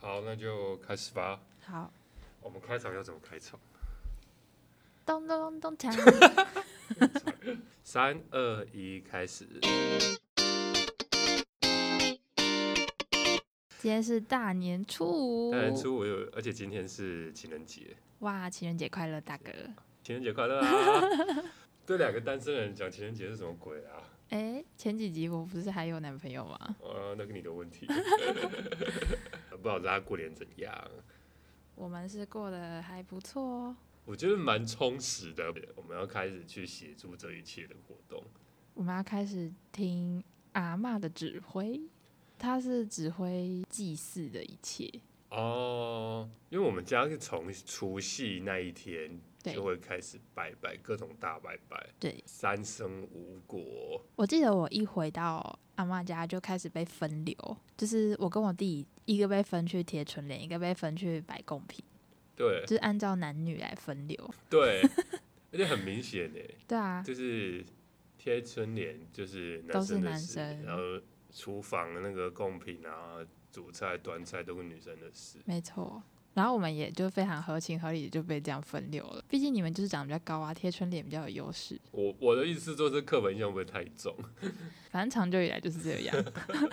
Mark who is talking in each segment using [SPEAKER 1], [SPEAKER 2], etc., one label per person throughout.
[SPEAKER 1] 好，那就开始吧。
[SPEAKER 2] 好，
[SPEAKER 1] 我们开场要怎么开场？
[SPEAKER 2] 咚咚咚咚锵！
[SPEAKER 1] 三二一，开始。
[SPEAKER 2] 今天是大年初五，
[SPEAKER 1] 当然，初五有，而且今天是情人节，
[SPEAKER 2] 哇，情人节快乐，大哥！
[SPEAKER 1] 情人节快乐啊！对两个单身人讲情人节是什么鬼啊？
[SPEAKER 2] 哎，前几集我不是还有男朋友吗？
[SPEAKER 1] 呃，那个你的问题。 不知道大家过年怎样？
[SPEAKER 2] 我们是过得还不错哦。
[SPEAKER 1] 我觉得蛮充实的。我们要开始去协助这一切的活动。
[SPEAKER 2] 我们要开始听阿嬷的指挥，她是指挥祭祀的一切。
[SPEAKER 1] 哦，因为我们家是从除夕那一天
[SPEAKER 2] 对
[SPEAKER 1] 就会开始拜拜，各种大拜拜，
[SPEAKER 2] 对
[SPEAKER 1] 三生五果，
[SPEAKER 2] 我记得我一回到阿嬷家就开始被分流，就是我跟我弟一个被分去贴春联，一个被分去摆贡品，
[SPEAKER 1] 对
[SPEAKER 2] 就是按照男女来分流。
[SPEAKER 1] 对，而且很明显呢，
[SPEAKER 2] 对啊，
[SPEAKER 1] 就是贴春联就是男
[SPEAKER 2] 都是
[SPEAKER 1] 生的
[SPEAKER 2] 男
[SPEAKER 1] 事，
[SPEAKER 2] 生
[SPEAKER 1] 然后厨房的那个贡品啊、煮菜、端菜都是女生的事，
[SPEAKER 2] 没错。然后我们也就非常合情合理地就被这样分流了。毕竟你们就是长得比较高啊，贴春联比较有优势。
[SPEAKER 1] 我我的意思说，这课本印象会不会太重？
[SPEAKER 2] 反正长久以来就是这样。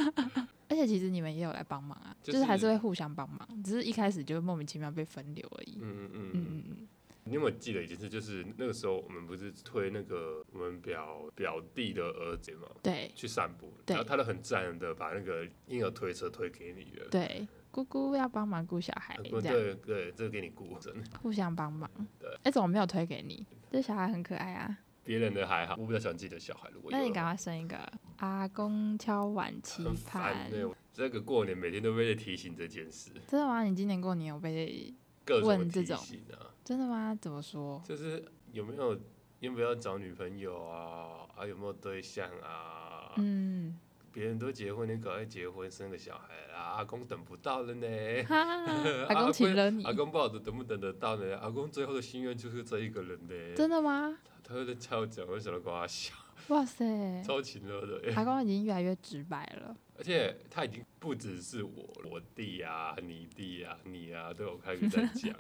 [SPEAKER 2] 而且其实你们也有来帮忙啊，
[SPEAKER 1] 就
[SPEAKER 2] 就是是还是会互相帮忙，只是一开始就莫名其妙被分流而已。
[SPEAKER 1] 嗯嗯嗯嗯。
[SPEAKER 2] 嗯嗯嗯，
[SPEAKER 1] 你有没有记得一件事？就是那个时候我们不是推那个我们表表弟的儿子嘛，
[SPEAKER 2] 对
[SPEAKER 1] 去散步，
[SPEAKER 2] 对
[SPEAKER 1] 然后他都很自然的把那个婴儿推车推给你了。
[SPEAKER 2] 对，姑姑要帮忙顾小孩，
[SPEAKER 1] 很
[SPEAKER 2] 这
[SPEAKER 1] 多呃
[SPEAKER 2] 样
[SPEAKER 1] 对对，这个给你顾真的
[SPEAKER 2] 互相帮忙
[SPEAKER 1] 对。
[SPEAKER 2] 哎，怎么没有推给你？这小孩很可爱啊，
[SPEAKER 1] 别人的还好，我比较喜欢自己的小孩。如果有
[SPEAKER 2] 那你
[SPEAKER 1] 的
[SPEAKER 2] 赶
[SPEAKER 1] 话
[SPEAKER 2] 快生一个。阿公敲碗期
[SPEAKER 1] 很烦，
[SPEAKER 2] 盼
[SPEAKER 1] 欸对，我这个过年每天都被提醒这件事，
[SPEAKER 2] 真的吗？你今年过年有被
[SPEAKER 1] 各种
[SPEAKER 2] 问
[SPEAKER 1] 提
[SPEAKER 2] 这种
[SPEAKER 1] 醒啊，
[SPEAKER 2] 真的吗？怎么说？
[SPEAKER 1] 就是有没有要不要找女朋友啊，啊有没有对象啊，
[SPEAKER 2] 嗯，
[SPEAKER 1] 别人都结婚，你赶快结婚生个小孩啦，阿公等不到了呢。
[SPEAKER 2] 哈， 阿公请了你
[SPEAKER 1] 阿，公不晓得能不能得到呢？阿公最后的心愿就是这一个人呢。
[SPEAKER 2] 真的吗？
[SPEAKER 1] 他会在叫我讲，我就想到跟他笑，
[SPEAKER 2] 哇塞，
[SPEAKER 1] 超勤劳的。欸
[SPEAKER 2] 阿公已经越来越直白了。
[SPEAKER 1] 而且他已经不只是我，我弟啊、你弟啊、你啊，都有开始在 讲。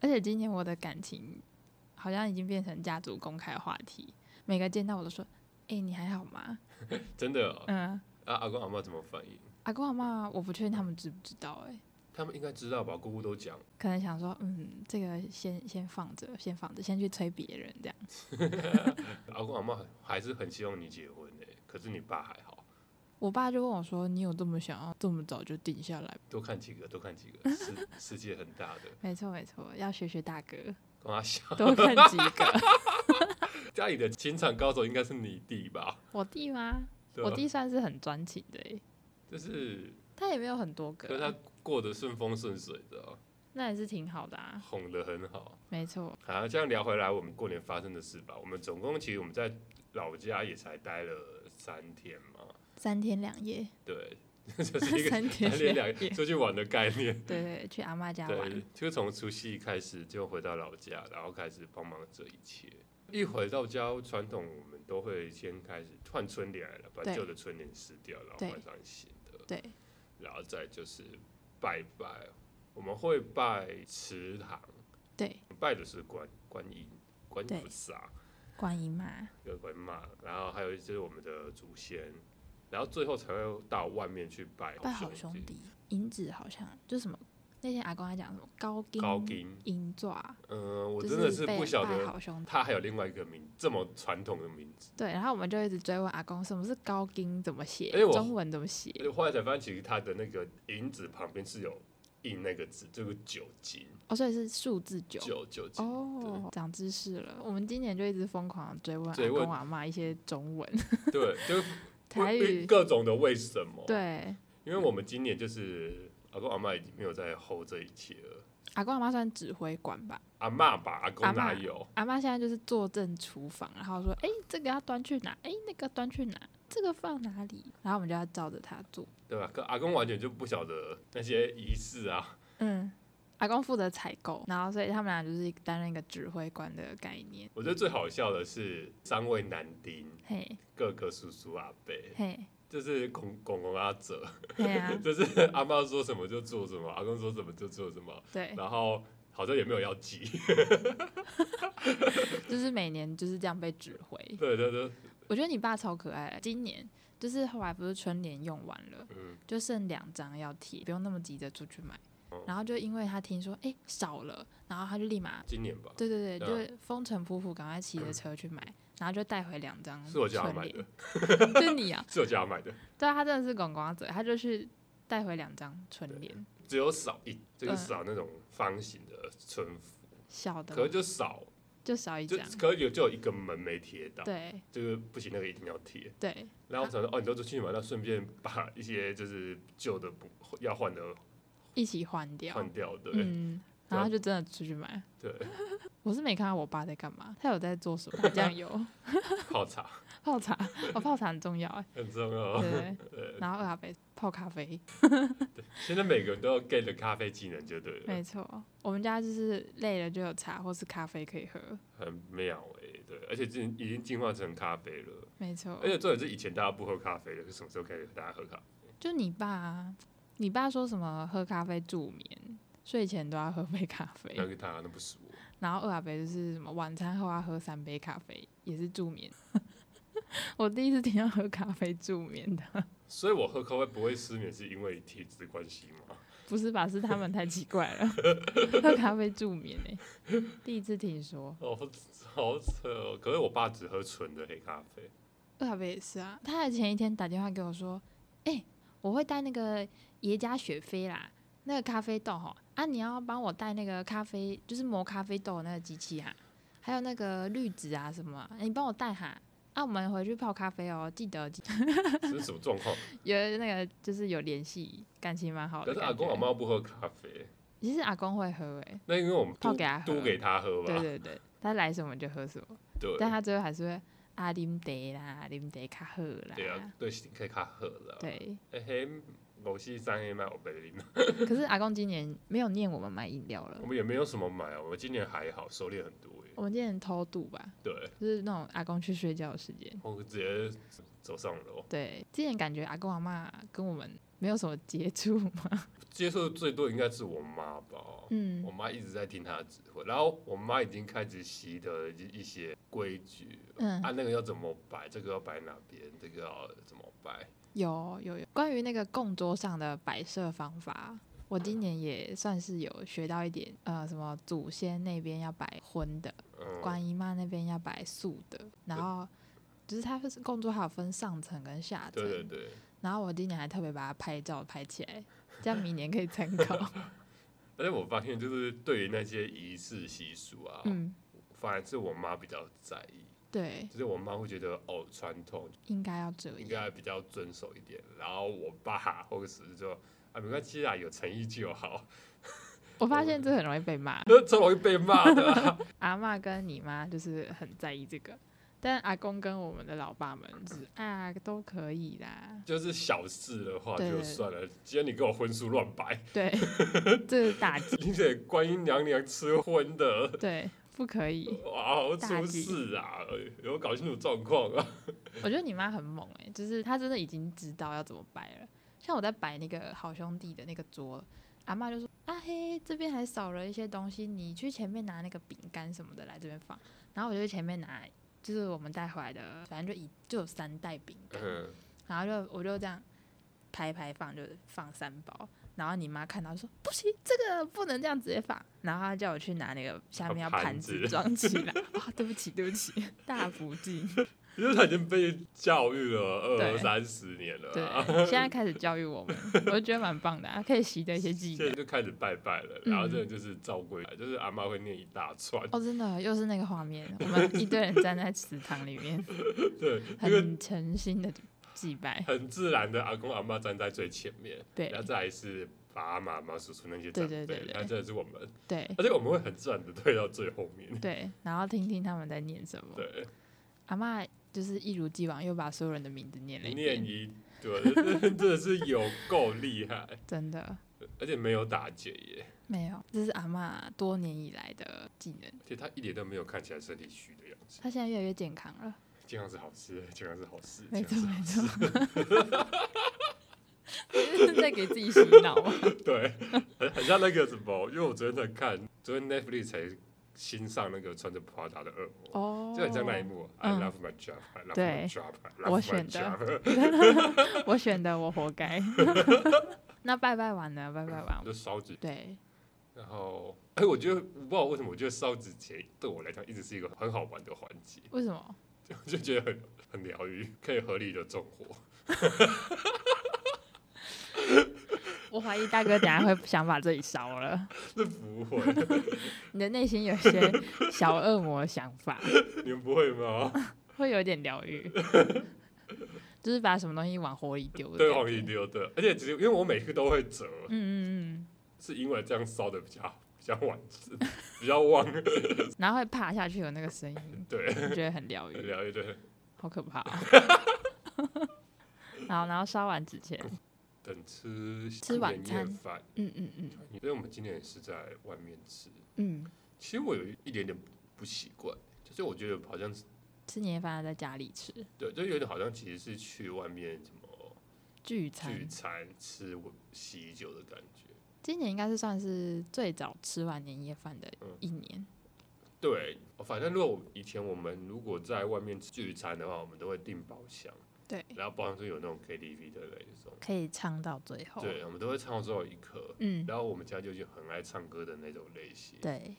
[SPEAKER 2] 而且今年我的感情好像已经变成家族公开话题，每个见到我都说：“哎、你还好吗
[SPEAKER 1] 真的、哦？”，
[SPEAKER 2] 嗯，
[SPEAKER 1] 啊，阿公阿妈怎么反应？
[SPEAKER 2] 阿公阿妈，我不确定他们知不知道、哎，
[SPEAKER 1] 他们应该知道吧？姑姑都讲，
[SPEAKER 2] 可能想说，嗯，这个先先放着，先放着，先去催别人这样。
[SPEAKER 1] 阿公阿妈还是很希望你结婚呢。可是你爸还好，
[SPEAKER 2] 我爸就问我说：“你有这么想要这么早就定下来吗
[SPEAKER 1] 多看几个，多看几个，世世界很大的。？”
[SPEAKER 2] 没错没错，要学学大哥，
[SPEAKER 1] 跟他笑，
[SPEAKER 2] 多看几个。
[SPEAKER 1] 家里的情场高手应该是你弟吧？
[SPEAKER 2] 我弟吗？
[SPEAKER 1] 对、啊，
[SPEAKER 2] 我弟算是很专情的、哎。
[SPEAKER 1] 就是
[SPEAKER 2] 他也没有很多
[SPEAKER 1] 可是
[SPEAKER 2] 个
[SPEAKER 1] 他
[SPEAKER 2] 啊，
[SPEAKER 1] 过得顺风顺水的啊、
[SPEAKER 2] 那也是挺好的啊。
[SPEAKER 1] 哄得很好。
[SPEAKER 2] 没错，
[SPEAKER 1] 好，这样聊回来，我们过年发生的事吧。我们总共其实我们在老家也才待了三天嘛，
[SPEAKER 2] 三天两夜，
[SPEAKER 1] 对， 就是一个
[SPEAKER 2] 三天
[SPEAKER 1] 连
[SPEAKER 2] 两
[SPEAKER 1] 两
[SPEAKER 2] 夜
[SPEAKER 1] 出去玩的概念。
[SPEAKER 2] 对对，去阿妈家
[SPEAKER 1] 嗯对
[SPEAKER 2] 玩，，
[SPEAKER 1] 就从除夕开始就回到老家，然后开始帮忙这一切。一回到家，传统我们都会先开始换春联了，把
[SPEAKER 2] 对
[SPEAKER 1] 旧的春联撕掉，然后
[SPEAKER 2] 对
[SPEAKER 1] 换上新的。
[SPEAKER 2] 对，
[SPEAKER 1] 然后再就是拜拜，我们会拜祠堂，
[SPEAKER 2] 对，
[SPEAKER 1] 拜的是观观音、观音
[SPEAKER 2] 对
[SPEAKER 1] 菩萨、
[SPEAKER 2] 观音嘛，
[SPEAKER 1] 有观音妈，然后还有就是我们的祖先，然后最后才会到外面去拜
[SPEAKER 2] 拜好兄
[SPEAKER 1] 弟、
[SPEAKER 2] 弟，银子好像就什么，那天阿公还讲什么高金
[SPEAKER 1] 高金。
[SPEAKER 2] 银爪，
[SPEAKER 1] 嗯、我
[SPEAKER 2] 就
[SPEAKER 1] 真的是
[SPEAKER 2] 被
[SPEAKER 1] 不晓
[SPEAKER 2] 拜
[SPEAKER 1] 得
[SPEAKER 2] 好兄弟。
[SPEAKER 1] 他还有另外一个名这么传统的名字，
[SPEAKER 2] 对，然后我们就一直追问阿公什么是高金怎么写
[SPEAKER 1] 哎，我
[SPEAKER 2] 中文怎么写，
[SPEAKER 1] 而且后来才发现其实他的那个银子旁边是有印那个字，就是酒精，
[SPEAKER 2] 哦，所以是数字九。
[SPEAKER 1] 酒酒精。
[SPEAKER 2] 哦，长知识了。我们今年就一直疯狂地追问
[SPEAKER 1] 追
[SPEAKER 2] 阿
[SPEAKER 1] 问
[SPEAKER 2] 公阿妈一些中文、
[SPEAKER 1] 对，就是
[SPEAKER 2] 台语，
[SPEAKER 1] 各种的为什么？
[SPEAKER 2] 对，
[SPEAKER 1] 因为我们今年就是阿公阿妈已经没有在 hold 这一切了，
[SPEAKER 2] 阿公阿妈算指挥官吧？
[SPEAKER 1] 阿妈吧，阿公
[SPEAKER 2] 阿嬷
[SPEAKER 1] 哪有？
[SPEAKER 2] 阿妈现在就是坐镇厨房，然后说：“哎、这个要端去哪？哎、那个端去哪？这个放哪里？”然后我们就要照着他做。
[SPEAKER 1] 对吧？可阿公完全就不晓得那些仪式啊，
[SPEAKER 2] 嗯，阿公负责采购，然后所以他们俩就是担任一个指挥官的概念。
[SPEAKER 1] 我觉得最好笑的是三位男丁，
[SPEAKER 2] 嘿，
[SPEAKER 1] 各个叔叔阿伯，
[SPEAKER 2] 嘿，
[SPEAKER 1] 就是公公公阿哲，
[SPEAKER 2] 对啊，
[SPEAKER 1] 就是阿妈说什么就做什么，阿公说什么就做什么，
[SPEAKER 2] 对，
[SPEAKER 1] 然后好像也没有要记，
[SPEAKER 2] 就是每年就是这样被指挥。
[SPEAKER 1] 对对对，
[SPEAKER 2] 我觉得你爸超可爱的，今年就是后来不是春联用完了，
[SPEAKER 1] 嗯，
[SPEAKER 2] 就剩两张要贴，不用那么急着出去买
[SPEAKER 1] 哦。
[SPEAKER 2] 然后就因为他听说哎、少了，然后他就立马
[SPEAKER 1] 今年吧，
[SPEAKER 2] 对对对，
[SPEAKER 1] 对
[SPEAKER 2] 就
[SPEAKER 1] 啊
[SPEAKER 2] 是风尘仆仆赶快骑着车去买，然后就带回两张
[SPEAKER 1] 是我
[SPEAKER 2] 春
[SPEAKER 1] 叫他买
[SPEAKER 2] 联
[SPEAKER 1] 的，
[SPEAKER 2] 就你啊，
[SPEAKER 1] 是我叫他买的，
[SPEAKER 2] 对啊，他真的是广瓜嘴，他就去带回两张春联，
[SPEAKER 1] 只有少一，就是
[SPEAKER 2] 嗯
[SPEAKER 1] 少那种方形的春服，
[SPEAKER 2] 小的
[SPEAKER 1] 可是
[SPEAKER 2] 嘛
[SPEAKER 1] 就少，
[SPEAKER 2] 就少一
[SPEAKER 1] 就
[SPEAKER 2] 张，
[SPEAKER 1] 可是有就有一个门没贴到，
[SPEAKER 2] 对啊
[SPEAKER 1] 就是不行，那个一定要贴。
[SPEAKER 2] 对
[SPEAKER 1] 然后我想说，哦，你都出去嘛，那顺便把一些就是旧的不要换的
[SPEAKER 2] 一起换掉，
[SPEAKER 1] 换掉，对、啊
[SPEAKER 2] 嗯，
[SPEAKER 1] 然
[SPEAKER 2] 然
[SPEAKER 1] 后
[SPEAKER 2] 后他就真的出去买。
[SPEAKER 1] 对，
[SPEAKER 2] 我是没看到我爸在干嘛，他有在做什么？打酱油、
[SPEAKER 1] 泡茶
[SPEAKER 2] 泡茶，哦，泡茶很重要哎，
[SPEAKER 1] 很重要。
[SPEAKER 2] 对，
[SPEAKER 1] 对，
[SPEAKER 2] 然后二阿伯泡咖啡，
[SPEAKER 1] 现在每个人都要 get 的咖啡技能就对了，
[SPEAKER 2] 没错，我们家就是累了就有茶或是咖啡可以喝，
[SPEAKER 1] 很妙哎、对，而且已经已经进化成咖啡了，
[SPEAKER 2] 没错
[SPEAKER 1] 而，且重点是以前大家不喝咖啡的，是什么时候开始大家喝咖啡？
[SPEAKER 2] 就你爸啊，你爸说什么喝咖啡助眠，睡前都要喝杯咖啡，
[SPEAKER 1] 那个大家那不是我，
[SPEAKER 2] 然后二阿伯就是什么晚餐后要喝三杯咖啡，也是助眠。 我第一次听到喝咖啡助眠的，
[SPEAKER 1] 所以我喝咖啡不会失眠是因为体质关系吗？
[SPEAKER 2] 不是吧？是他们太奇怪了， 喝咖啡助眠哎、第一次听说。
[SPEAKER 1] 哦，好扯哦！可是我爸只喝纯的黑咖啡，
[SPEAKER 2] 二阿伯也是啊，他还前一天打电话给我说，哎、我会带那个耶加雪菲啦，那个咖啡豆哈，啊，你要帮我带那个咖啡，就是磨咖啡豆的那个机器哈，还有那个滤纸啊什么啊，你帮我带哈，啊，我们回去泡咖啡哦，记得记
[SPEAKER 1] 这是什么状 况？
[SPEAKER 2] 有那个就是有联系，感情蛮好的
[SPEAKER 1] 可
[SPEAKER 2] 感
[SPEAKER 1] 是
[SPEAKER 2] 觉。
[SPEAKER 1] 阿公阿妈不喝咖啡，
[SPEAKER 2] 其实阿公会喝诶、
[SPEAKER 1] 那因为我们
[SPEAKER 2] 泡
[SPEAKER 1] 都
[SPEAKER 2] 给他喝
[SPEAKER 1] 都给他喝
[SPEAKER 2] 对
[SPEAKER 1] 吧，
[SPEAKER 2] 对对，他来什么就喝什么，
[SPEAKER 1] 对
[SPEAKER 2] 但他最后还是会啊啉茶啦，啉茶较好啦。
[SPEAKER 1] 对啊，对，可以他喝了。，
[SPEAKER 2] 对
[SPEAKER 1] 哎嘿，我是三黑麦，我被 林，
[SPEAKER 2] 可是阿公今年没有念我们买饮料了
[SPEAKER 1] 我，们也没有什么买啊，我们今年还好，收敛很多耶。
[SPEAKER 2] 我们今年偷渡吧，
[SPEAKER 1] 对，
[SPEAKER 2] 就是那种阿公去睡觉的时间。
[SPEAKER 1] 我直接走上楼，
[SPEAKER 2] 对，之前感觉阿公阿妈跟我们没有什么接触嘛。
[SPEAKER 1] 接受最多应该是我妈吧。
[SPEAKER 2] 嗯
[SPEAKER 1] 我妈一直在听她的指挥，然后我妈已经开始习得一些规矩，
[SPEAKER 2] 嗯，
[SPEAKER 1] 啊，那个要怎么摆，这个要摆哪边，这个要怎么摆，
[SPEAKER 2] 有有有。关于那个供桌上的摆设方法，我今年也算是有学到一点，呃，什么祖先那边要摆荤的，
[SPEAKER 1] 嗯，
[SPEAKER 2] 观音妈那边要摆素的，然后就是它是供桌还有分上层跟下层，
[SPEAKER 1] 对对对，
[SPEAKER 2] 然后我今年还特别把它拍照拍起来，这样明年可以 参考。
[SPEAKER 1] 而且我发现就是对于那些仪式习俗啊，
[SPEAKER 2] 嗯，
[SPEAKER 1] 反而是我妈比较在意，
[SPEAKER 2] 对，
[SPEAKER 1] 就是我妈会觉得哦，传统
[SPEAKER 2] 应该要这
[SPEAKER 1] 应
[SPEAKER 2] 样。
[SPEAKER 1] 该比较遵守一点，然后我爸或者是说啊，没关系啦，有诚意就好，
[SPEAKER 2] 我发现这很容易被骂，
[SPEAKER 1] 那超容易被骂的 啊、
[SPEAKER 2] 阿嬷跟你妈就是很在意这个，但阿公跟我们的老爸们就是啊都可以啦。
[SPEAKER 1] 就是小事的话
[SPEAKER 2] 对
[SPEAKER 1] 就算了，既然你跟我荤素乱摆，
[SPEAKER 2] 对，这是大忌，
[SPEAKER 1] 你得观音娘娘吃荤的。
[SPEAKER 2] 对，不可以。
[SPEAKER 1] 哇，
[SPEAKER 2] 大
[SPEAKER 1] 出
[SPEAKER 2] 忌
[SPEAKER 1] 事啊！有搞清楚状况啊！
[SPEAKER 2] 我觉得你妈很猛哎、就是她真的已经知道要怎么摆了。像我在摆那个好兄弟的那个桌，阿妈就说：“啊嘿，这边还少了一些东西，你去前面拿那个饼干什么的来这边放。”然后我就去前面拿，就是我们带回来的，反正就一就有三袋饼干，
[SPEAKER 1] 嗯，
[SPEAKER 2] 然后就我就这样排排放，就是放三包。然后你妈看到说：“不行，这个不能这样直接放。”然后她叫我去拿那个下面要
[SPEAKER 1] 哦盘
[SPEAKER 2] 盘
[SPEAKER 1] 子
[SPEAKER 2] 装起来。啊、对不起，对不起，大不敬。
[SPEAKER 1] 因为他已经被教育了二
[SPEAKER 2] 对
[SPEAKER 1] 三十年了、啊，
[SPEAKER 2] 对，现在开始教育我们，我就觉得蛮棒的、啊，可以习得一些技
[SPEAKER 1] 现在
[SPEAKER 2] 能。
[SPEAKER 1] 就开始拜拜了，
[SPEAKER 2] 嗯
[SPEAKER 1] 然后真的就是照规，就是阿妈会念一大串，
[SPEAKER 2] 哦，真的又是那个画面，我们一堆人站在祠堂里面，
[SPEAKER 1] 对，因为
[SPEAKER 2] 很诚心的祭拜。
[SPEAKER 1] 很自然的阿公阿妈站在最前面，
[SPEAKER 2] 对
[SPEAKER 1] 然后再来是爸爸妈妈、叔叔那些长
[SPEAKER 2] 对对
[SPEAKER 1] 辈
[SPEAKER 2] 对，对
[SPEAKER 1] 然后真的是我们，
[SPEAKER 2] 对
[SPEAKER 1] 而且我们会很自然的退到最后面，
[SPEAKER 2] 对，然后听听他们在念什么。
[SPEAKER 1] 对，
[SPEAKER 2] 阿嬷就是一如既往又把所有人的名字念了一
[SPEAKER 1] 念
[SPEAKER 2] 遍，
[SPEAKER 1] 一，对，真的是有够厉害，
[SPEAKER 2] 真的
[SPEAKER 1] 而且没有打结耶，
[SPEAKER 2] 没有，这是阿嬷多年以来的技能。
[SPEAKER 1] 而且他一点都没有看起来身体虚的样子，
[SPEAKER 2] 她现在越来越健康了，
[SPEAKER 1] 尽量是好吃的，尽量是好吃的，
[SPEAKER 2] 没错
[SPEAKER 1] 尽
[SPEAKER 2] 没
[SPEAKER 1] 量是
[SPEAKER 2] 错
[SPEAKER 1] 好吃，
[SPEAKER 2] 这是 在给自己洗脑吗？
[SPEAKER 1] 的对，很很像那个什么，因为我昨天在看，昨天 Netflix 才新上那个穿着 Prada 的恶魔。
[SPEAKER 2] 哦，
[SPEAKER 1] 就很像那一幕、i 啊
[SPEAKER 2] 嗯
[SPEAKER 1] love my job，I love
[SPEAKER 2] 对
[SPEAKER 1] my job，I
[SPEAKER 2] 我
[SPEAKER 1] love
[SPEAKER 2] 选
[SPEAKER 1] my
[SPEAKER 2] 的
[SPEAKER 1] job，
[SPEAKER 2] 我选的，我活该。 那拜拜完了，拜拜 完
[SPEAKER 1] 就，烧纸。
[SPEAKER 2] 对，
[SPEAKER 1] 然后，哎，我觉得我不知道为什么，我觉得烧纸节对我来讲一直是一个很好玩的环节，
[SPEAKER 2] 为什么？
[SPEAKER 1] 我就觉得很很疗愈，可以合理的纵火。
[SPEAKER 2] 我怀疑大哥等下会想把这里烧了。
[SPEAKER 1] 这不会，
[SPEAKER 2] 你的内心有些小恶魔想法，
[SPEAKER 1] 你们不会吗？
[SPEAKER 2] 会有点疗 愈，就是把什么东西往火里丢。
[SPEAKER 1] 对，黄一。丢的，而且其实因为我每个都会折，
[SPEAKER 2] 嗯嗯
[SPEAKER 1] 是因为这样烧的比较比较完整， 比较旺。
[SPEAKER 2] 嗯，然后会啪下去有那个声音，
[SPEAKER 1] 对，
[SPEAKER 2] 我觉得很疗 愈，
[SPEAKER 1] 聊一堆，
[SPEAKER 2] 好可怕、 哦。好，然后烧完纸钱，
[SPEAKER 1] 等吃
[SPEAKER 2] 吃晚餐
[SPEAKER 1] 年夜饭，
[SPEAKER 2] 嗯嗯嗯
[SPEAKER 1] 因为我们今年也是在外面吃。
[SPEAKER 2] 嗯，
[SPEAKER 1] 其实我有一点点不习惯，就是我觉得好像是
[SPEAKER 2] 吃年夜饭要在家里吃
[SPEAKER 1] 对，就有点好像其实是去外面什么
[SPEAKER 2] 聚
[SPEAKER 1] 聚
[SPEAKER 2] 餐，
[SPEAKER 1] 餐吃喜酒的感觉。
[SPEAKER 2] 今年应该是算是最早吃完年夜饭的一年。
[SPEAKER 1] 对，哦反正如果我以前我们如果在外面聚餐的话，我们都会订包厢，
[SPEAKER 2] 对，
[SPEAKER 1] 然后包厢就有那种 KTV 的那种，
[SPEAKER 2] 可以唱到最后。
[SPEAKER 1] 对，我们都会唱到最后一刻。
[SPEAKER 2] 嗯，
[SPEAKER 1] 然后我们家就是很爱唱歌的那种类型。
[SPEAKER 2] 对，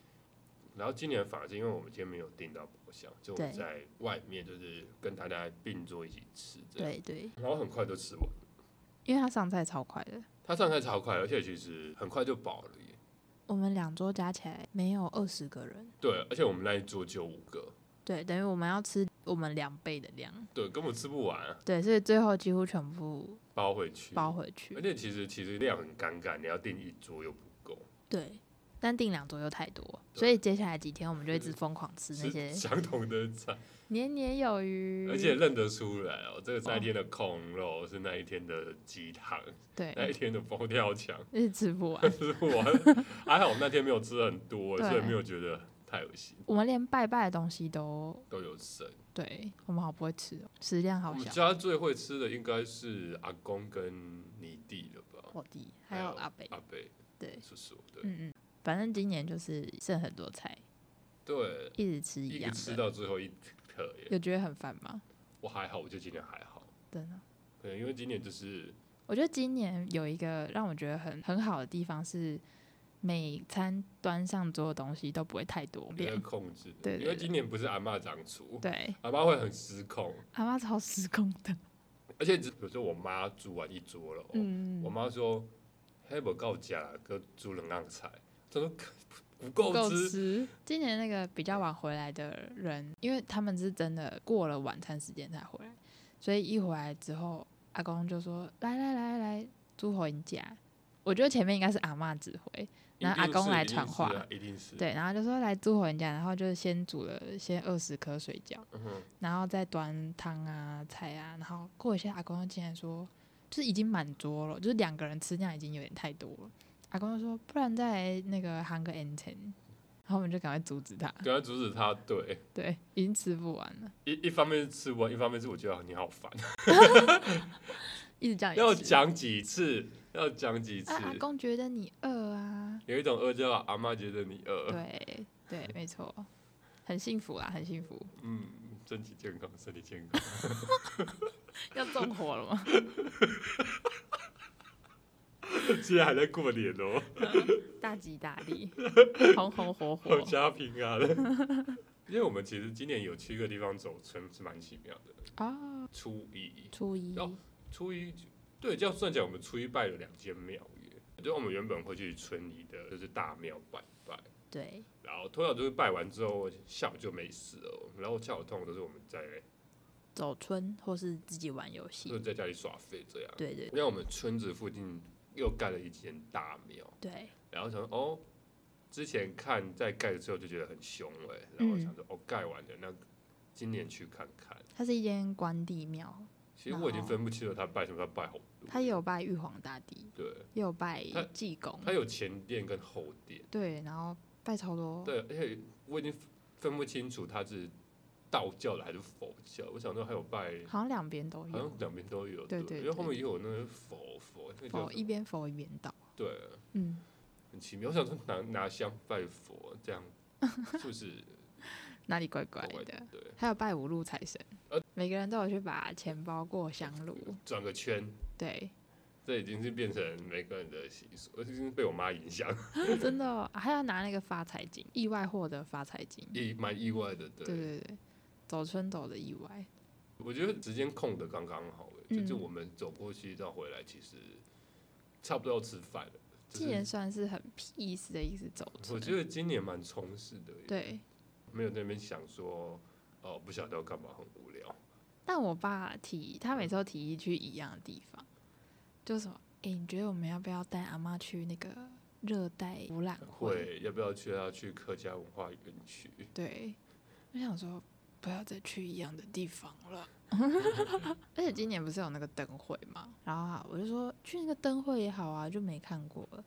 [SPEAKER 1] 然后今年反而是因为我们今天没有订到包厢，就我们
[SPEAKER 2] 对
[SPEAKER 1] 在外面就是跟大家并坐一起吃这样。
[SPEAKER 2] 对对，
[SPEAKER 1] 然后很快就吃完，
[SPEAKER 2] 因为他上菜超快的，
[SPEAKER 1] 它上菜超快，而且其实很快就饱了耶。
[SPEAKER 2] 我们两桌加起来没有二十个人，
[SPEAKER 1] 对，而且我们那一桌就五个，
[SPEAKER 2] 对，等于我们要吃我们两倍的量，
[SPEAKER 1] 对，根本吃不完、啊，
[SPEAKER 2] 对，所以最后几乎全部
[SPEAKER 1] 包回去。
[SPEAKER 2] 包回
[SPEAKER 1] 而
[SPEAKER 2] 去，
[SPEAKER 1] 且其实其实量很尴尬，你要订一桌又不够。
[SPEAKER 2] 对。但订两桌又太多，
[SPEAKER 1] 对
[SPEAKER 2] 所以接下来几天我们就一直疯狂吃那些嗯
[SPEAKER 1] 是相同的菜，
[SPEAKER 2] 年年有余，
[SPEAKER 1] 而且认得出来哦，这个是那一天的控肉是那一天的鸡汤，
[SPEAKER 2] 对，
[SPEAKER 1] 那一天的佛跳墙，
[SPEAKER 2] 一直吃不完。
[SPEAKER 1] 就是我还好我那天没有吃很多，
[SPEAKER 2] 对
[SPEAKER 1] 所以没有觉得太恶心，
[SPEAKER 2] 我们连拜拜的东西都，
[SPEAKER 1] 都有剩。
[SPEAKER 2] 对我们好不会吃哦，食量
[SPEAKER 1] 我
[SPEAKER 2] 好
[SPEAKER 1] 们
[SPEAKER 2] 小。
[SPEAKER 1] 家最会吃的应该是阿公跟你弟了吧？
[SPEAKER 2] 我弟还有阿北，
[SPEAKER 1] 阿北
[SPEAKER 2] 对，
[SPEAKER 1] 叔叔，啊对、
[SPEAKER 2] 嗯嗯，反正今年就是剩很多菜，
[SPEAKER 1] 对，
[SPEAKER 2] 一直吃一
[SPEAKER 1] 一个
[SPEAKER 2] 样
[SPEAKER 1] 吃
[SPEAKER 2] 的，
[SPEAKER 1] 到最后一刻耶。
[SPEAKER 2] 有觉得很烦吗？
[SPEAKER 1] 我还好，我就今年还好，
[SPEAKER 2] 真的。
[SPEAKER 1] 可能因为今年就是
[SPEAKER 2] 我觉得今年有一个让我觉得很很好的地方是，每餐端上桌的东西都不会太多
[SPEAKER 1] 因为
[SPEAKER 2] 量。
[SPEAKER 1] 控制的，
[SPEAKER 2] 对啊对
[SPEAKER 1] 因为今年不是阿嬷掌厨，
[SPEAKER 2] 对，
[SPEAKER 1] 阿妈会很失控，
[SPEAKER 2] 阿妈超失控的。
[SPEAKER 1] 而且只比如说我妈煮完一桌了哦，
[SPEAKER 2] 嗯
[SPEAKER 1] 我，妈说黑不够加哥煮冷浪菜，她说不够
[SPEAKER 2] 够
[SPEAKER 1] 吃，
[SPEAKER 2] 吃。今年那个比较晚回来的人，因为他们是真的过了晚餐时间才回来，所以一回来之后，阿公就说：“来来来来，诸侯赢家。”我觉得前面应该是阿妈指挥，然后
[SPEAKER 1] 一定
[SPEAKER 2] 阿公
[SPEAKER 1] 是
[SPEAKER 2] 来
[SPEAKER 1] 一定
[SPEAKER 2] 传
[SPEAKER 1] 是
[SPEAKER 2] 话
[SPEAKER 1] 啊一定是，
[SPEAKER 2] 对，然后就说来诸侯赢家，然后就先煮了先二十颗水饺。
[SPEAKER 1] 嗯哼，
[SPEAKER 2] 然后再端汤啊、菜啊，然后过一下，阿公竟然说，就是已经满桌了，就是两个人吃那样已经有点太多了。阿公就说，不然再来那个喊个 N ten，然后我们就赶快阻止他，
[SPEAKER 1] 赶快阻止她。对，
[SPEAKER 2] 对，已经吃不完了，
[SPEAKER 1] 一一方面是吃不完，一方面是我觉得你好烦，
[SPEAKER 2] 一直 叫
[SPEAKER 1] 要
[SPEAKER 2] 你吃。
[SPEAKER 1] 讲几次，要讲几次
[SPEAKER 2] 啊，，阿公觉得你饿啊，
[SPEAKER 1] 有一种饿叫阿妈觉得你饿，
[SPEAKER 2] 对对，没错，很幸福啦，很幸福。
[SPEAKER 1] 嗯，身体健康，身体健康，
[SPEAKER 2] 要纵火了吗？
[SPEAKER 1] 现在还在过年哦，
[SPEAKER 2] 大吉大 利，红红火火
[SPEAKER 1] 我。家平安。啊 因为我们其实今年有去一个地方走村是蛮奇妙的，
[SPEAKER 2] 啊，
[SPEAKER 1] 初一，
[SPEAKER 2] 初一，
[SPEAKER 1] 要初一对，这样算起来，我们初一拜了两间庙宇。就我们原本会去村里的就是大庙拜拜，
[SPEAKER 2] 对，
[SPEAKER 1] 然后通常都是拜完之后下午就没事了。哦然后下午通常都是我们在
[SPEAKER 2] 走村或是自己玩游戏
[SPEAKER 1] 就，在家里耍废这样。
[SPEAKER 2] 对对
[SPEAKER 1] 因为我们村子附近又盖了一间大庙，
[SPEAKER 2] 对。
[SPEAKER 1] 然后想说哦，之前看在盖的时候就觉得很凶哎、然后
[SPEAKER 2] 嗯
[SPEAKER 1] 想说、哦盖完了，那今年去看看。
[SPEAKER 2] 它是一间关帝庙，
[SPEAKER 1] 其实我已经
[SPEAKER 2] 然后
[SPEAKER 1] 分不清楚他拜什么，他拜好多。
[SPEAKER 2] 它也哦有拜玉皇大帝，
[SPEAKER 1] 对，
[SPEAKER 2] 也有拜
[SPEAKER 1] 它
[SPEAKER 2] 济公，
[SPEAKER 1] 他有前殿跟后殿。
[SPEAKER 2] 对，然后拜超多，
[SPEAKER 1] 对，而且我已经分不清楚他是道教的还是佛教？我想说还有拜，
[SPEAKER 2] 好像两边都
[SPEAKER 1] 好
[SPEAKER 2] 有
[SPEAKER 1] 像，两边都有。
[SPEAKER 2] 对对
[SPEAKER 1] 因为后
[SPEAKER 2] 对
[SPEAKER 1] 面也有那个佛佛，那个叫
[SPEAKER 2] 佛
[SPEAKER 1] 什
[SPEAKER 2] 一
[SPEAKER 1] 么
[SPEAKER 2] 边佛一边道，
[SPEAKER 1] 对，啊
[SPEAKER 2] 嗯，
[SPEAKER 1] 很奇妙。我想说拿 拿香拜佛这样，是不是
[SPEAKER 2] 哪里怪怪
[SPEAKER 1] 怪怪
[SPEAKER 2] 的？
[SPEAKER 1] 对，
[SPEAKER 2] 还有拜五路财神
[SPEAKER 1] 呃，
[SPEAKER 2] 每个人都有去把钱包过香炉，
[SPEAKER 1] 转个圈，
[SPEAKER 2] 对，
[SPEAKER 1] 这已经是变成每个人的习俗，而且已经被我妈影响，
[SPEAKER 2] 真的哦、还要拿那个发财金，意外获得发财金，
[SPEAKER 1] 也蛮意外的。
[SPEAKER 2] 对对对，走春走的意外，
[SPEAKER 1] 我觉得时间空的刚刚好、欸，就就
[SPEAKER 2] 嗯
[SPEAKER 1] 我们走过去到回来，其实差不多要吃饭了。就
[SPEAKER 2] 今年
[SPEAKER 1] 是
[SPEAKER 2] 算是很 peace 的一次走
[SPEAKER 1] 我
[SPEAKER 2] 春，
[SPEAKER 1] 觉得今年蛮充实的，，欸
[SPEAKER 2] 对。
[SPEAKER 1] 没有在那边想说哦不晓得要干嘛，很无聊。
[SPEAKER 2] 但我爸提，他每次都提议去一样的地方，就什么，哎、你觉得我们要不要带阿妈去那个热带博览会？
[SPEAKER 1] 会要不要去要去客家文化园区？
[SPEAKER 2] 对，我想说不要再去一样的地方 了。而且今年不是有那个灯会嘛，然后啊，我就说去那个灯会也好啊，就没看过了。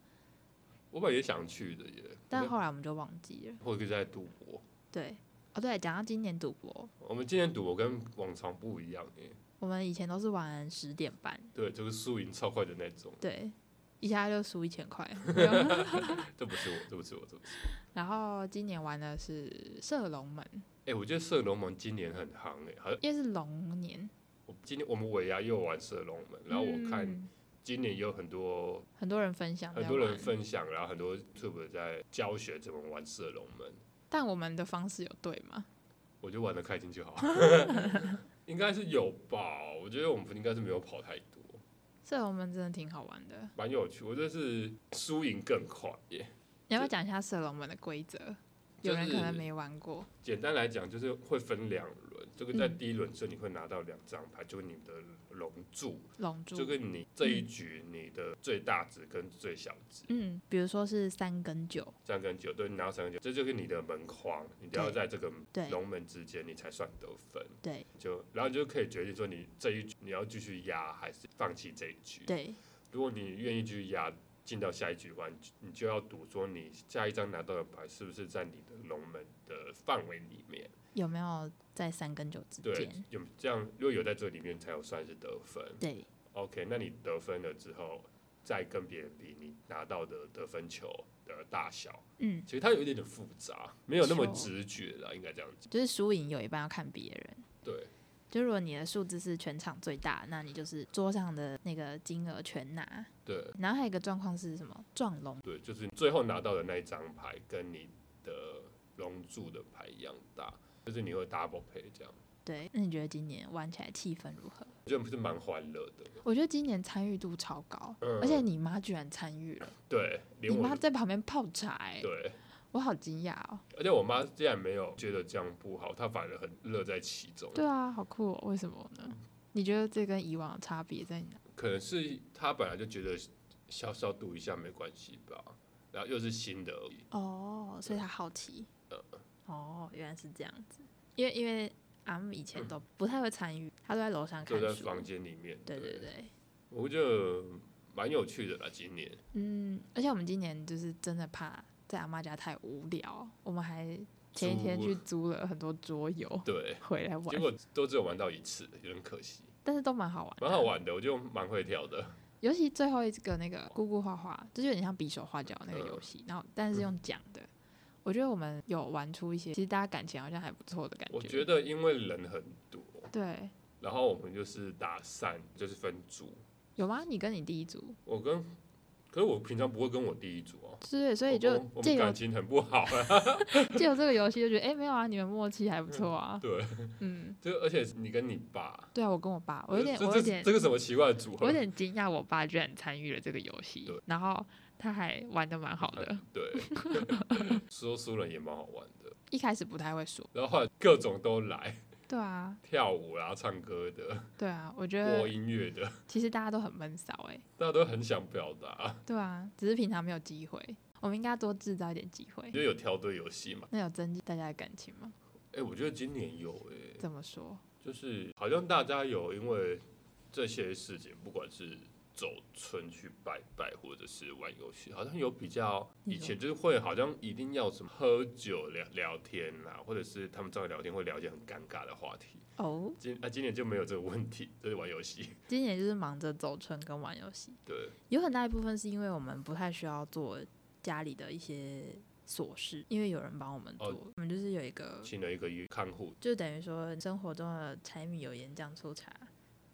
[SPEAKER 1] 我本来也想去的耶，
[SPEAKER 2] 但后来我们就忘记了。
[SPEAKER 1] 或者在赌博。
[SPEAKER 2] 对，哦对，讲到今年赌博，
[SPEAKER 1] 我们今年赌博跟往常不一样耶，
[SPEAKER 2] 我们以前都是玩十点半，
[SPEAKER 1] 对，就是输赢超快的那种。
[SPEAKER 2] 对，一下就输一千块。没有
[SPEAKER 1] 这不是我，这不是我，这不是我。
[SPEAKER 2] 然后今年玩的是射龙门，
[SPEAKER 1] 哎、我觉得射龙门今年很夯哎，好像
[SPEAKER 2] 因为是龙年，
[SPEAKER 1] 我今天我们尾牙又玩射龙门，然后我看
[SPEAKER 2] 嗯
[SPEAKER 1] 今年也有很多
[SPEAKER 2] 很多人分享，
[SPEAKER 1] 很多人，分享，然后很多 YouTube 在教学怎么玩射龙门，
[SPEAKER 2] 但我们的方式有对吗？
[SPEAKER 1] 我就玩的开心就好，应该是有吧？我觉得我们应该是没有跑太多，
[SPEAKER 2] 射龙门真的挺好玩的，
[SPEAKER 1] 蛮有趣。我就是输赢更快耶。
[SPEAKER 2] 你要不要讲一下射龙门的规则？
[SPEAKER 1] 就
[SPEAKER 2] 有人可能
[SPEAKER 1] 是
[SPEAKER 2] 没玩过，
[SPEAKER 1] 简单来讲，就是会分两轮，这个在
[SPEAKER 2] 嗯
[SPEAKER 1] 第一轮是你会拿到两张牌，就是你的龙柱，
[SPEAKER 2] 龙
[SPEAKER 1] 就
[SPEAKER 2] 珠，
[SPEAKER 1] 跟你这一局你的最大值跟最小值，
[SPEAKER 2] 嗯，比如说是三跟九，
[SPEAKER 1] 三跟九，对，你拿到三跟九，这就是你的门框，你都要
[SPEAKER 2] 对
[SPEAKER 1] 在这个
[SPEAKER 2] 对
[SPEAKER 1] 龙门之间，你才算得分。
[SPEAKER 2] 对
[SPEAKER 1] 就然后你就可以决定说你这一局你要继续压还是放弃这一局。
[SPEAKER 2] 对
[SPEAKER 1] 如果你愿意继续压，进到下一局的话，你就你就要赌说你下一张拿到的牌是不是在你的龙门的范围里面。
[SPEAKER 2] 有没有在三跟九之
[SPEAKER 1] 对
[SPEAKER 2] 间？，
[SPEAKER 1] 有这样如果有在这里面才有算是得分。
[SPEAKER 2] 对
[SPEAKER 1] OK，那你得分了之后，再跟别人比你拿到的得分球的大小。
[SPEAKER 2] 嗯，
[SPEAKER 1] 其实它有一点点复杂，没有那么
[SPEAKER 2] 球
[SPEAKER 1] 直觉了，应该这样讲。
[SPEAKER 2] 就是输赢有一半要看别人。
[SPEAKER 1] 对，
[SPEAKER 2] 就如果你的数字是全场最大，那你就是桌上的那个金额全拿。
[SPEAKER 1] 对。
[SPEAKER 2] 然后还有一个状况是什么？撞龙。
[SPEAKER 1] 对，就是最后拿到的那一张牌跟你的龙柱的牌一样大，就是你会 double pay 这样，
[SPEAKER 2] 对，那你觉得今年玩起来气氛如何？
[SPEAKER 1] 我觉得是蛮欢乐的。
[SPEAKER 2] 我觉得今年参与度超高，
[SPEAKER 1] 嗯
[SPEAKER 2] 而且你妈居然参与了，
[SPEAKER 1] 对，连
[SPEAKER 2] 你
[SPEAKER 1] 我
[SPEAKER 2] 妈在旁边泡茶、欸，
[SPEAKER 1] 对，
[SPEAKER 2] 我好惊讶哦。
[SPEAKER 1] 而且我妈竟然没有觉得这样不好，她反而很乐在其中。
[SPEAKER 2] 对啊，好酷哦，为什么
[SPEAKER 1] 嗯
[SPEAKER 2] 呢？你觉得这跟以往的差别在哪？
[SPEAKER 1] 可能是她本来就觉得消消毒一下没关系吧，然后又是新的而已，
[SPEAKER 2] 哦，所以她好奇
[SPEAKER 1] 呃。
[SPEAKER 2] 哦，原来是这样子，因为因为俺们以前都不太会参与，她都在楼上看
[SPEAKER 1] 就在
[SPEAKER 2] 书。
[SPEAKER 1] 房间里面。
[SPEAKER 2] 对对，对，
[SPEAKER 1] 我觉得蛮有趣的啦，今年。
[SPEAKER 2] 嗯，而且我们今年就是真的怕在阿妈家太无聊，我们还前一天
[SPEAKER 1] 租
[SPEAKER 2] 去租了很多桌游
[SPEAKER 1] 对，
[SPEAKER 2] 回来玩
[SPEAKER 1] 结，果都只有玩到一次，有点可惜，
[SPEAKER 2] 但是都蛮好玩，
[SPEAKER 1] 蛮好。玩的，我就蛮会跳的。
[SPEAKER 2] 尤其最后一个那个姑姑画画，就是有点像比手画脚那
[SPEAKER 1] 嗯
[SPEAKER 2] 个游戏，然后但是用讲的，我觉得我们有玩出一些，其实大家感情好像还不错的感
[SPEAKER 1] 我
[SPEAKER 2] 觉
[SPEAKER 1] 觉得因为人很多，
[SPEAKER 2] 对，
[SPEAKER 1] 然后我们就是打散，就是分组。
[SPEAKER 2] 有吗？你跟你第一组，
[SPEAKER 1] 我跟，可是我平常不会跟我弟一组哦、
[SPEAKER 2] 是，所以
[SPEAKER 1] 我
[SPEAKER 2] 就
[SPEAKER 1] 我我
[SPEAKER 2] 借
[SPEAKER 1] 们
[SPEAKER 2] 由
[SPEAKER 1] 感情很不好啊。
[SPEAKER 2] 借由这个游戏就觉得，哎、没有啊，你们默契还不错啊。
[SPEAKER 1] 对，
[SPEAKER 2] 嗯，
[SPEAKER 1] 就而且你跟你爸，
[SPEAKER 2] 对啊，我跟我爸，我有点，
[SPEAKER 1] 这
[SPEAKER 2] 我有点
[SPEAKER 1] 这，这个什么奇怪的组合？
[SPEAKER 2] 我有点惊讶，我爸居然参与了这个游戏
[SPEAKER 1] 对，
[SPEAKER 2] 然后他还玩的蛮好的，
[SPEAKER 1] 对，呃 说书人也蛮好玩的。
[SPEAKER 2] 一开始不太会说。
[SPEAKER 1] 然后后来各种都来，
[SPEAKER 2] 对啊，
[SPEAKER 1] 跳舞啦、唱歌的、
[SPEAKER 2] 对啊，我觉
[SPEAKER 1] 播
[SPEAKER 2] 得
[SPEAKER 1] 音乐的，
[SPEAKER 2] 其实大家都很闷骚哎、
[SPEAKER 1] 大家都很想表达。
[SPEAKER 2] 对啊，只是平常没有机会，我们应该多制造一点机会
[SPEAKER 1] 因。为有挑对游戏嘛？
[SPEAKER 2] 那有增进大家的感情吗？
[SPEAKER 1] 哎、我觉得今年有哎、
[SPEAKER 2] 怎么说？
[SPEAKER 1] 就是好像大家有因为这些事情，不管是走村去拜拜，或者是玩游戏，好像有比较以前就是会好像一定要什么喝酒聊聊天啦，或者是他们照聊天会聊一些很尴尬的话题。
[SPEAKER 2] 哦，
[SPEAKER 1] 今啊今年就没有这个问题，就是玩游戏。
[SPEAKER 2] 今年就是忙着走春跟玩游戏，
[SPEAKER 1] 对，
[SPEAKER 2] 有很大一部分是因为我们不太需要做家里的一些琐事，因为有人帮我们做，
[SPEAKER 1] 哦
[SPEAKER 2] 我们就是有一个，
[SPEAKER 1] 请了一个看护，
[SPEAKER 2] 就等于说生活中的柴米油盐酱醋茶，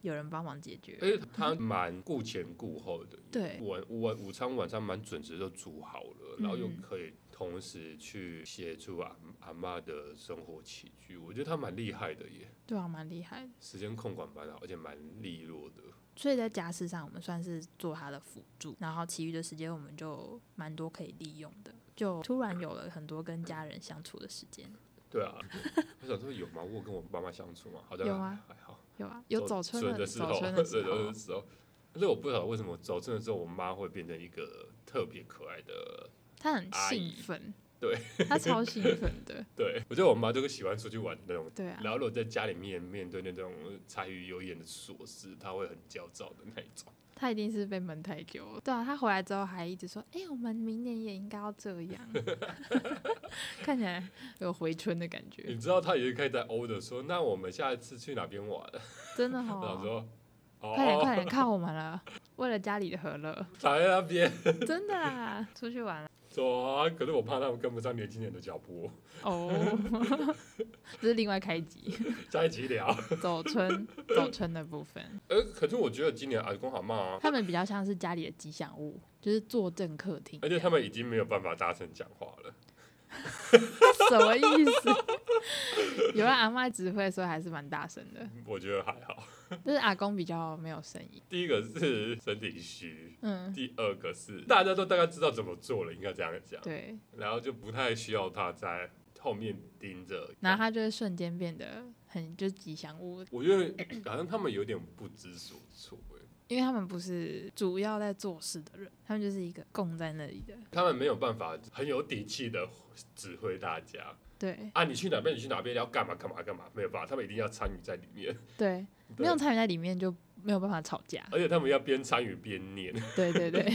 [SPEAKER 2] 有人帮忙解决。
[SPEAKER 1] 而且他蛮顾前顾后的。
[SPEAKER 2] 嗯对
[SPEAKER 1] 晚晚午餐晚上蛮准时就煮好了，
[SPEAKER 2] 嗯
[SPEAKER 1] 然后又可以同时去协助阿阿妈的生活起居，我觉得他蛮厉害的耶，
[SPEAKER 2] 对啊，蛮厉害的。
[SPEAKER 1] 时间控管蛮好，而且蛮利落的。
[SPEAKER 2] 所以在家事上，我们算是做他的辅助，然后其余的时间我们就蛮多可以利用的，就突然有了很多跟家人相处的时间。
[SPEAKER 1] 对啊， 我想说有吗？我有跟我爸妈相处吗？好像
[SPEAKER 2] 有啊
[SPEAKER 1] 还好。
[SPEAKER 2] 有啊，有走
[SPEAKER 1] 村
[SPEAKER 2] 村的
[SPEAKER 1] 时候，
[SPEAKER 2] 走村
[SPEAKER 1] 对
[SPEAKER 2] 的时
[SPEAKER 1] 走村
[SPEAKER 2] 候
[SPEAKER 1] 的，时候。但是我不晓得为什么走村的时候，我妈会变成一个特别可爱的。
[SPEAKER 2] 他很
[SPEAKER 1] 阿
[SPEAKER 2] 兴
[SPEAKER 1] 姨
[SPEAKER 2] 奋，
[SPEAKER 1] 对，
[SPEAKER 2] 他超兴奋的，
[SPEAKER 1] 对我觉得我妈就是喜欢出去玩的那种。
[SPEAKER 2] 对啊，
[SPEAKER 1] 然后如果在家里面面对那种柴米油盐的琐事，她会很焦躁的那一种。
[SPEAKER 2] 他一定是被闷太久了。对啊，他回来之后还一直说：“哎、我们明年也应该要这样。” 看起来有回春的感觉
[SPEAKER 1] 你，知道她也是可以在 order 说，那我们下一次去哪边玩？
[SPEAKER 2] 真的
[SPEAKER 1] 然后
[SPEAKER 2] 哦。
[SPEAKER 1] 说，
[SPEAKER 2] 快点快
[SPEAKER 1] 哦，
[SPEAKER 2] 点，靠我们了！为了家里的和 乐，
[SPEAKER 1] 躺在那边
[SPEAKER 2] 真的啦，出去玩啦
[SPEAKER 1] 说啊，可是我怕他们跟不上年轻人的脚步。
[SPEAKER 2] 哦，这是另外开集，
[SPEAKER 1] 下一集聊。
[SPEAKER 2] 走春走春的部分，
[SPEAKER 1] 呃，可是我觉得今年阿公好忙啊，
[SPEAKER 2] 他们比较像是家里的吉祥物，就是坐镇客厅这
[SPEAKER 1] 而
[SPEAKER 2] 样，
[SPEAKER 1] 且他们已经没有办法大声讲话了。
[SPEAKER 2] 什么意思？有了阿妈指挥，所以还是蛮大声的，
[SPEAKER 1] 我觉得还好。
[SPEAKER 2] 但是阿公比较没有声音。
[SPEAKER 1] 第一个是身体虚，
[SPEAKER 2] 嗯，
[SPEAKER 1] 第二个是大家都大概知道怎么做了，应该这样讲，
[SPEAKER 2] 对，
[SPEAKER 1] 然后就不太需要他在后面盯着。
[SPEAKER 2] 然后他就会瞬间变得很就是吉祥物，
[SPEAKER 1] 我觉得好像他们有点不知所措、欸，
[SPEAKER 2] 因为他们不是主要在做事的人，他们就是一个供在那里的。
[SPEAKER 1] 他们没有办法很有底气的指挥大家
[SPEAKER 2] 对
[SPEAKER 1] 啊，你去哪边，你去哪边，要干嘛干嘛干嘛，没有办法，他们一定要参与在里面，
[SPEAKER 2] 对，
[SPEAKER 1] 对
[SPEAKER 2] 没有参与在里面就没有办法吵架。
[SPEAKER 1] 而且他们要边参与边念。
[SPEAKER 2] 对对对，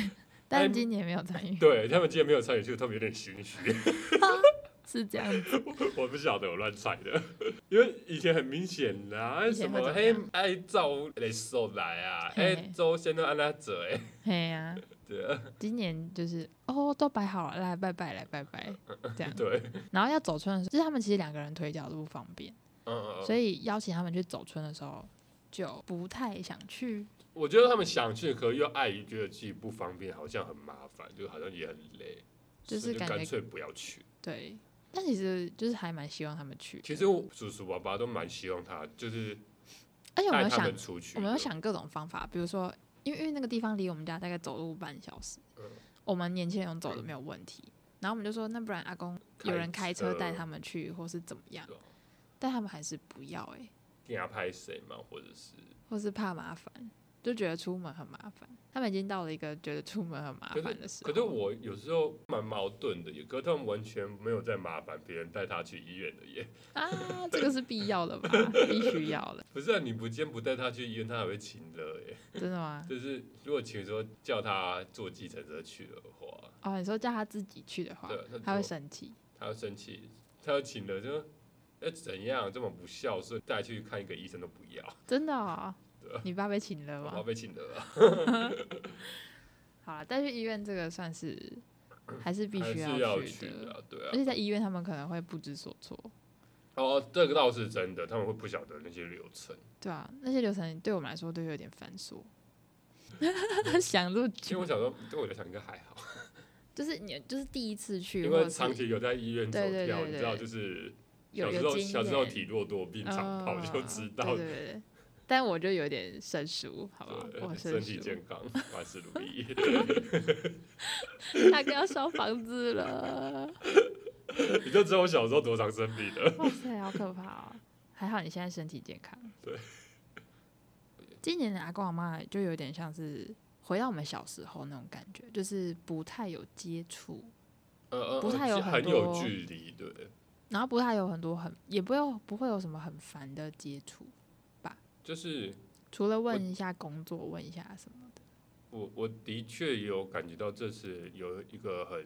[SPEAKER 2] 但是今年没有参与，
[SPEAKER 1] 对他们今天没有参与，就他们有点心虚。
[SPEAKER 2] 是这样子。
[SPEAKER 1] 我不晓得，我乱猜的， 因为以前很明显啦、
[SPEAKER 2] 以
[SPEAKER 1] 什
[SPEAKER 2] 前会
[SPEAKER 1] 么哎
[SPEAKER 2] 怎么
[SPEAKER 1] 嘿
[SPEAKER 2] 样
[SPEAKER 1] 爱照雷手来啊，
[SPEAKER 2] 嘿
[SPEAKER 1] 哎周先都按他走哎，
[SPEAKER 2] 嘿呀、
[SPEAKER 1] 对啊
[SPEAKER 2] 今年就是哦，都摆好了，来拜拜，来拜拜，这样。
[SPEAKER 1] 对，
[SPEAKER 2] 然后要走村的时候，就是他们其实两个人腿脚都不方便，
[SPEAKER 1] 嗯嗯，
[SPEAKER 2] 所
[SPEAKER 1] 嗯
[SPEAKER 2] 以邀请他们去走村的时候，就不太想去。
[SPEAKER 1] 我觉得他们想去，可又碍于觉得自己不方便，好像很麻烦，就好像也很累，
[SPEAKER 2] 就是
[SPEAKER 1] 所以就
[SPEAKER 2] 感觉
[SPEAKER 1] 干脆不要去。
[SPEAKER 2] 对，但其实就是还蛮希望他们去。
[SPEAKER 1] 其实我叔叔爸爸都蛮希望他就是
[SPEAKER 2] 而且我
[SPEAKER 1] 带
[SPEAKER 2] 们有
[SPEAKER 1] 他
[SPEAKER 2] 想
[SPEAKER 1] 们，出去的，
[SPEAKER 2] 我们有想各种方法，比如说，因为因为那个地方离我们家大概走路半小时，
[SPEAKER 1] 嗯
[SPEAKER 2] 我们年轻人用走的没有问题。然后我们就说，那不然阿公有人开车带他们去，或是怎么样
[SPEAKER 1] 对啊？
[SPEAKER 2] 但他们还是不要哎、
[SPEAKER 1] 给他拍谁嘛，或者是，
[SPEAKER 2] 或是怕麻烦，就觉得出门很麻烦。他们已经到了一个觉得出门很麻烦的时候。
[SPEAKER 1] 可是我有时候蛮矛盾的耶，可是他们完全没有在麻烦别人带他去医院的耶。
[SPEAKER 2] 啊，这个是必要的吧？必须要的，
[SPEAKER 1] 不是、啊、你不今天不带他去医院，他还会请了耶。
[SPEAKER 2] 真的吗？
[SPEAKER 1] 就是如果请说叫他坐计程车去的话，
[SPEAKER 2] 哦，你说叫他自己去的话
[SPEAKER 1] 对，他
[SPEAKER 2] 他会
[SPEAKER 1] 说
[SPEAKER 2] 生气。
[SPEAKER 1] 他会生气，他要请了就要怎样这么不孝顺，带去看一个医生都不要，
[SPEAKER 2] 真的哦
[SPEAKER 1] 对啊，
[SPEAKER 2] 你爸被请了
[SPEAKER 1] 我要
[SPEAKER 2] 吗？
[SPEAKER 1] 被请了啊，
[SPEAKER 2] 好了，带去医院这个 算是还是必
[SPEAKER 1] 还
[SPEAKER 2] 须
[SPEAKER 1] 是要
[SPEAKER 2] 去
[SPEAKER 1] 的、
[SPEAKER 2] 的，
[SPEAKER 1] 啊，对
[SPEAKER 2] 而
[SPEAKER 1] 啊。
[SPEAKER 2] 且在医院他们可能会不知所措，
[SPEAKER 1] 哦，这个倒是真的，他们会不晓得那些流程，
[SPEAKER 2] 对啊，那些流程对我们来说都有点繁琐。
[SPEAKER 1] 嗯
[SPEAKER 2] 想入
[SPEAKER 1] 其实
[SPEAKER 2] 局
[SPEAKER 1] 我想说，对我来讲应该还好，
[SPEAKER 2] 就是你就是第一次去，
[SPEAKER 1] 因
[SPEAKER 2] 或
[SPEAKER 1] 为
[SPEAKER 2] 者
[SPEAKER 1] 长
[SPEAKER 2] 是
[SPEAKER 1] 期有在医院走
[SPEAKER 2] 对对
[SPEAKER 1] 跳，
[SPEAKER 2] 对
[SPEAKER 1] 你
[SPEAKER 2] 对
[SPEAKER 1] 知道就是
[SPEAKER 2] 有
[SPEAKER 1] 小时
[SPEAKER 2] 有
[SPEAKER 1] 候
[SPEAKER 2] 经验，
[SPEAKER 1] 小时候体弱多病，长跑就
[SPEAKER 2] 嗯
[SPEAKER 1] 知道
[SPEAKER 2] 对对对对，但我就有点生疏，好不好？
[SPEAKER 1] 对
[SPEAKER 2] 我很
[SPEAKER 1] 身
[SPEAKER 2] 生
[SPEAKER 1] 体
[SPEAKER 2] 疏，
[SPEAKER 1] 健康， 万事如意。
[SPEAKER 2] 大哥要烧房子了，
[SPEAKER 1] 你就知道我小时候多常生病的。
[SPEAKER 2] 哇塞，好可怕哦！还好你现在身体健康。
[SPEAKER 1] 对。
[SPEAKER 2] 今年的阿公阿妈就有点像是回到我们小时候那种感觉，就是不太有接触，
[SPEAKER 1] 呃呃，
[SPEAKER 2] 不太有
[SPEAKER 1] 呃
[SPEAKER 2] 很
[SPEAKER 1] 很有
[SPEAKER 2] 多
[SPEAKER 1] 距离，对不对？
[SPEAKER 2] 然后不太有很多很也不会不会有什么很烦的接触，
[SPEAKER 1] 就是
[SPEAKER 2] 除了问一下工作，问一下什么的。
[SPEAKER 1] 我我的确有感觉到这是有一个很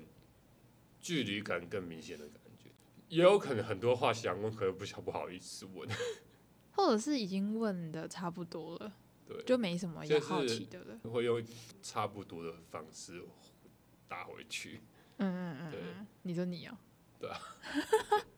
[SPEAKER 1] 距离感更明显的感觉，也有可能很多话想问，可能不想不好意思问。
[SPEAKER 2] 或者是已经问的差不多了，
[SPEAKER 1] 对，
[SPEAKER 2] 就没什么
[SPEAKER 1] 就
[SPEAKER 2] 要
[SPEAKER 1] 是
[SPEAKER 2] 好奇的了。
[SPEAKER 1] 会用差不多的方式打回去。
[SPEAKER 2] 嗯嗯嗯
[SPEAKER 1] 对
[SPEAKER 2] 嗯，你说你哦、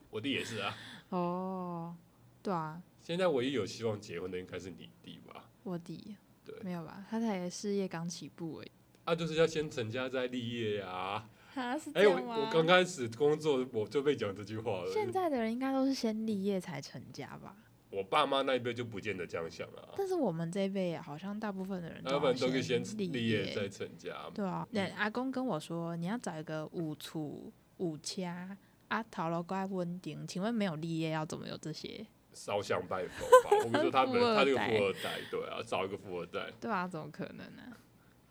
[SPEAKER 1] 我弟也是啊，
[SPEAKER 2] 哦，对啊，
[SPEAKER 1] 现在唯一有希望结婚的应该是你弟吧？
[SPEAKER 2] 我弟
[SPEAKER 1] 对
[SPEAKER 2] 没有吧？他才事业刚起步而已。
[SPEAKER 1] 啊，就是要先成家再立业呀、啊。
[SPEAKER 2] 啊，是
[SPEAKER 1] 哎、我我刚开始工作我就被讲这句话了。
[SPEAKER 2] 现在的人应该都是先立业才成家吧？
[SPEAKER 1] 我爸妈那一辈就不见得这样想啊，
[SPEAKER 2] 但是我们这一辈好像大部分的人
[SPEAKER 1] 要不然都
[SPEAKER 2] 要
[SPEAKER 1] 是先
[SPEAKER 2] 立
[SPEAKER 1] 立业再成家。
[SPEAKER 2] 对啊，
[SPEAKER 1] 嗯
[SPEAKER 2] 那阿公跟我说，你要找一个五处五掐啊，头路怪稳定。请问没有立业要怎么有这些？
[SPEAKER 1] 烧香拜佛吧。我们说他本
[SPEAKER 2] 富二代
[SPEAKER 1] 他这个富二代，对啊，找一个富二代。
[SPEAKER 2] 对啊，怎么可能呢、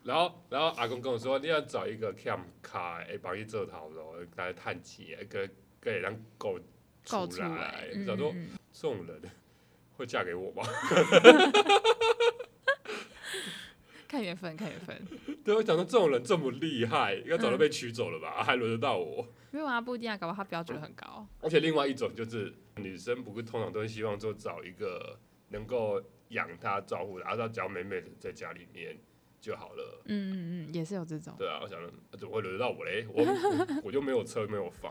[SPEAKER 1] 然后然后阿公跟我说，你要找一个欠卡，哎，帮你做头路，来探钱，跟跟人家够
[SPEAKER 2] 够
[SPEAKER 1] 出
[SPEAKER 2] 出
[SPEAKER 1] 来
[SPEAKER 2] 来。。嗯
[SPEAKER 1] 想说
[SPEAKER 2] 嗯嗯
[SPEAKER 1] 这种人会嫁给我吗？
[SPEAKER 2] 看缘分，看缘分。
[SPEAKER 1] 对，我想说这种人这么厉害，应该早就被取走了吧？啊还轮得到我？
[SPEAKER 2] 没有啊，不一定啊，搞不好他标准很高。
[SPEAKER 1] 而且另外一种就是女生，不是通常都会希望说找一个能够养她、照顾她，然后只要美美的在家里面就好了。
[SPEAKER 2] 嗯嗯嗯，也是有这种
[SPEAKER 1] 对啊，我想啊怎么会轮得到我嘞？ 我我就没有车，没有房，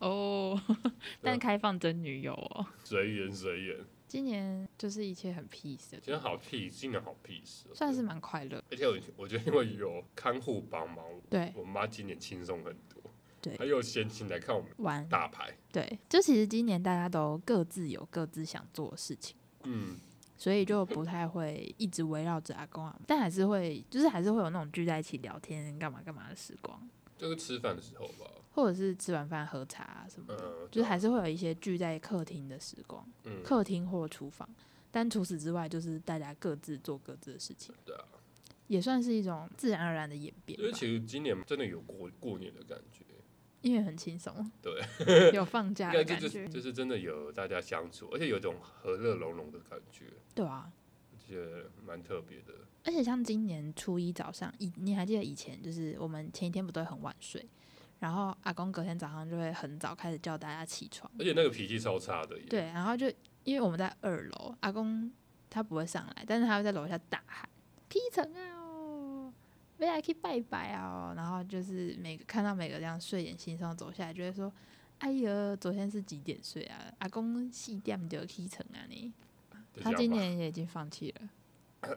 [SPEAKER 2] 哦。 但开放真女友哦。
[SPEAKER 1] 随缘随缘。
[SPEAKER 2] 今年就是一切很 peace 的，
[SPEAKER 1] 今天好 peace，今年好 peace，哦
[SPEAKER 2] 算是。蛮快乐。
[SPEAKER 1] 而且我我觉得因为有看护帮忙，
[SPEAKER 2] 对
[SPEAKER 1] 我妈今年轻松很多。
[SPEAKER 2] 对
[SPEAKER 1] 还有闲情来看我们
[SPEAKER 2] 玩
[SPEAKER 1] 打牌。
[SPEAKER 2] 对，就其实今年大家都各自有各自想做的事情。
[SPEAKER 1] 嗯，
[SPEAKER 2] 所以就不太会一直围绕着阿公啊，但还是会，就是还是会有那种聚在一起聊天、干嘛干嘛的时光，
[SPEAKER 1] 就是吃饭的时候吧。
[SPEAKER 2] 或者是吃完饭喝茶、啊、什么的，
[SPEAKER 1] 嗯，
[SPEAKER 2] 就是还是会有一些聚在客厅的时光，
[SPEAKER 1] 嗯，
[SPEAKER 2] 客厅或厨房。但除此之外，就是大家各自做各自的事情，
[SPEAKER 1] 对啊。
[SPEAKER 2] 也算是一种自然而然的演变
[SPEAKER 1] 因为
[SPEAKER 2] 吧
[SPEAKER 1] 其，实今年真的有过过年的感觉，
[SPEAKER 2] 因为很轻松，
[SPEAKER 1] 对，
[SPEAKER 2] 有放假
[SPEAKER 1] 应
[SPEAKER 2] 的
[SPEAKER 1] 该
[SPEAKER 2] 感
[SPEAKER 1] 就
[SPEAKER 2] 觉
[SPEAKER 1] 是，就是真的有大家相处，而且有种和乐融融的感觉，
[SPEAKER 2] 对啊。
[SPEAKER 1] 我觉得蛮特别的。
[SPEAKER 2] 而且像今年初一早上，以你还记得以前就是我们前一天不都会很晚睡，然后阿公隔天早上就会很早开始叫大家起床。
[SPEAKER 1] 而且那个脾气超差的耶，
[SPEAKER 2] 对，然后就因为我们在二楼，阿公他不会上来，但是他会在楼下大喊“踢层啊哦，未来去拜拜啊哦”，然后就是每个看到每个这样睡眼惺忪走下来，就会说：“哎呦，昨天是几点睡啊？阿公四点就踢层啊你。”
[SPEAKER 1] 就这
[SPEAKER 2] 他
[SPEAKER 1] 样吧
[SPEAKER 2] 今年也已经放弃了，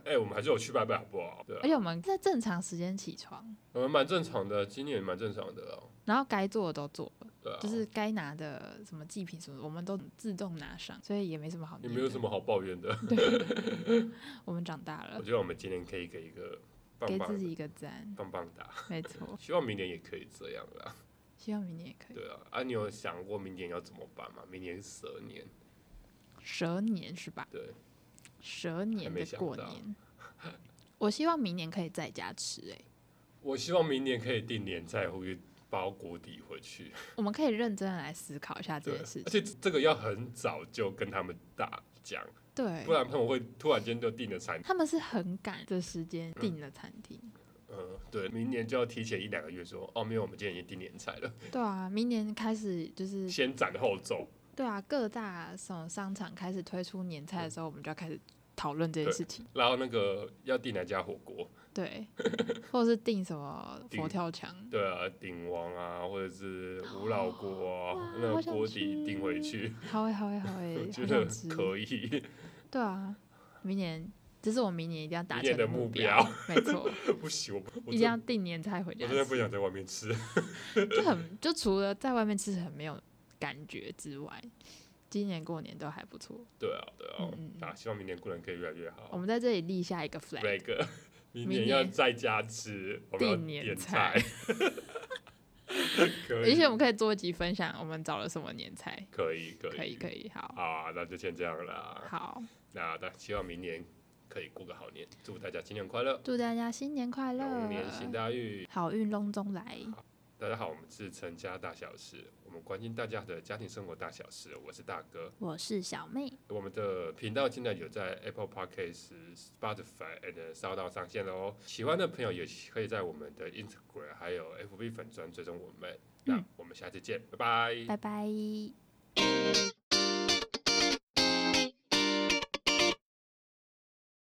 [SPEAKER 1] 哎、我们还是有去拜拜好不好？对、
[SPEAKER 2] 而
[SPEAKER 1] 啊，
[SPEAKER 2] 且我们在正常时间起床，
[SPEAKER 1] 我们蛮正常的，今年蛮正常的哦。
[SPEAKER 2] 然后该做的都做了，
[SPEAKER 1] 对啊，
[SPEAKER 2] 就是该拿的什么祭品什么的，我们都自动拿上，所以也没什么好
[SPEAKER 1] 也
[SPEAKER 2] 念的。
[SPEAKER 1] 没有什么好抱怨的。
[SPEAKER 2] 我们长大了
[SPEAKER 1] 我，觉得我们今年可以给一个棒
[SPEAKER 2] 啊给
[SPEAKER 1] 棒
[SPEAKER 2] 自己
[SPEAKER 1] 的
[SPEAKER 2] 一个赞，
[SPEAKER 1] 棒棒哒，
[SPEAKER 2] 没错。
[SPEAKER 1] 希望明年也可以这样啦。
[SPEAKER 2] 希望明年也可以。
[SPEAKER 1] 对啊，啊，你有想过明年要怎么办吗？明年是蛇年，
[SPEAKER 2] 蛇年是吧？
[SPEAKER 1] 对，
[SPEAKER 2] 蛇年
[SPEAKER 1] 还没
[SPEAKER 2] 的
[SPEAKER 1] 想
[SPEAKER 2] 过
[SPEAKER 1] 到
[SPEAKER 2] 年，我希望明年可以在家吃、欸。
[SPEAKER 1] 我希望明年可以定年再回包锅底回去。
[SPEAKER 2] 我们可以认真的来思考一下这
[SPEAKER 1] 对，啊
[SPEAKER 2] 件事
[SPEAKER 1] 而
[SPEAKER 2] 情。
[SPEAKER 1] 且这个要很早就跟他们大讲，
[SPEAKER 2] 对
[SPEAKER 1] 不，然他们会突然间就定了产。
[SPEAKER 2] 他们是很赶的时间
[SPEAKER 1] 嗯
[SPEAKER 2] 订了餐厅。
[SPEAKER 1] 呃，对，明年就要提前一两个月说，哦，没有，我们今年已经定年菜了，
[SPEAKER 2] 对啊，明年开始就是
[SPEAKER 1] 先斩后奏。
[SPEAKER 2] 对啊，各大什么商场开始推出年
[SPEAKER 1] 嗯
[SPEAKER 2] 菜的时候，我们就要开始讨论这件
[SPEAKER 1] 对
[SPEAKER 2] 事情。
[SPEAKER 1] 然后那个要订哪家火锅，
[SPEAKER 2] 对，或者是订什么
[SPEAKER 1] 订
[SPEAKER 2] 佛跳墙。
[SPEAKER 1] 对啊，鼎王啊，或者是吴老锅啊，
[SPEAKER 2] 哦哇
[SPEAKER 1] 那
[SPEAKER 2] 好
[SPEAKER 1] 个
[SPEAKER 2] 想
[SPEAKER 1] 锅底订回去，
[SPEAKER 2] 好诶，好诶，好
[SPEAKER 1] 我
[SPEAKER 2] 诶，
[SPEAKER 1] 觉
[SPEAKER 2] 好
[SPEAKER 1] 得
[SPEAKER 2] 想吃。
[SPEAKER 1] 可以，
[SPEAKER 2] 对啊，明年这是我明年一定要达
[SPEAKER 1] 明年
[SPEAKER 2] 成
[SPEAKER 1] 的目
[SPEAKER 2] 目
[SPEAKER 1] 标
[SPEAKER 2] 没错。
[SPEAKER 1] 不行，我不 我
[SPEAKER 2] 一
[SPEAKER 1] 真
[SPEAKER 2] 定要定年菜回
[SPEAKER 1] 我
[SPEAKER 2] 家
[SPEAKER 1] 真的不
[SPEAKER 2] 吃，
[SPEAKER 1] 想在外面吃。
[SPEAKER 2] 就很就除了在外面吃很没有感觉之外，今年过年都还不错。
[SPEAKER 1] 对啊，对啊
[SPEAKER 2] 嗯嗯，嗯
[SPEAKER 1] 啊，希望明年过年可以越来越
[SPEAKER 2] 我
[SPEAKER 1] 好。
[SPEAKER 2] 们在这里立下一个 flag，
[SPEAKER 1] 那个 明
[SPEAKER 2] 明
[SPEAKER 1] 年要
[SPEAKER 2] 年
[SPEAKER 1] 在家吃，我们要
[SPEAKER 2] 订年
[SPEAKER 1] 点
[SPEAKER 2] 菜
[SPEAKER 1] 菜， 可
[SPEAKER 2] 而
[SPEAKER 1] 以
[SPEAKER 2] 且。我们可以做一集分享，我们找了什么年菜，
[SPEAKER 1] 可以，可以，
[SPEAKER 2] 可以可以，好
[SPEAKER 1] 好啊，那就先这样啦。
[SPEAKER 2] 好，
[SPEAKER 1] 那那希望明年可以过个好年，祝大家新年快乐，
[SPEAKER 2] 祝大家新年快乐
[SPEAKER 1] 龙，年行大运，
[SPEAKER 2] 好运隆中来，
[SPEAKER 1] 拜大家好，我们是陈家大小事，我们关心大家的家庭生活大小事。我是大哥，
[SPEAKER 2] 我是小妹，
[SPEAKER 1] 我们的频道现在有在 Apple Podcast、Spotify and 烧到上线喽。喜欢的朋友也可以在我们的 Instagram 还有 FB 粉专追踪我们。那我们下次见，拜拜。
[SPEAKER 2] 拜拜。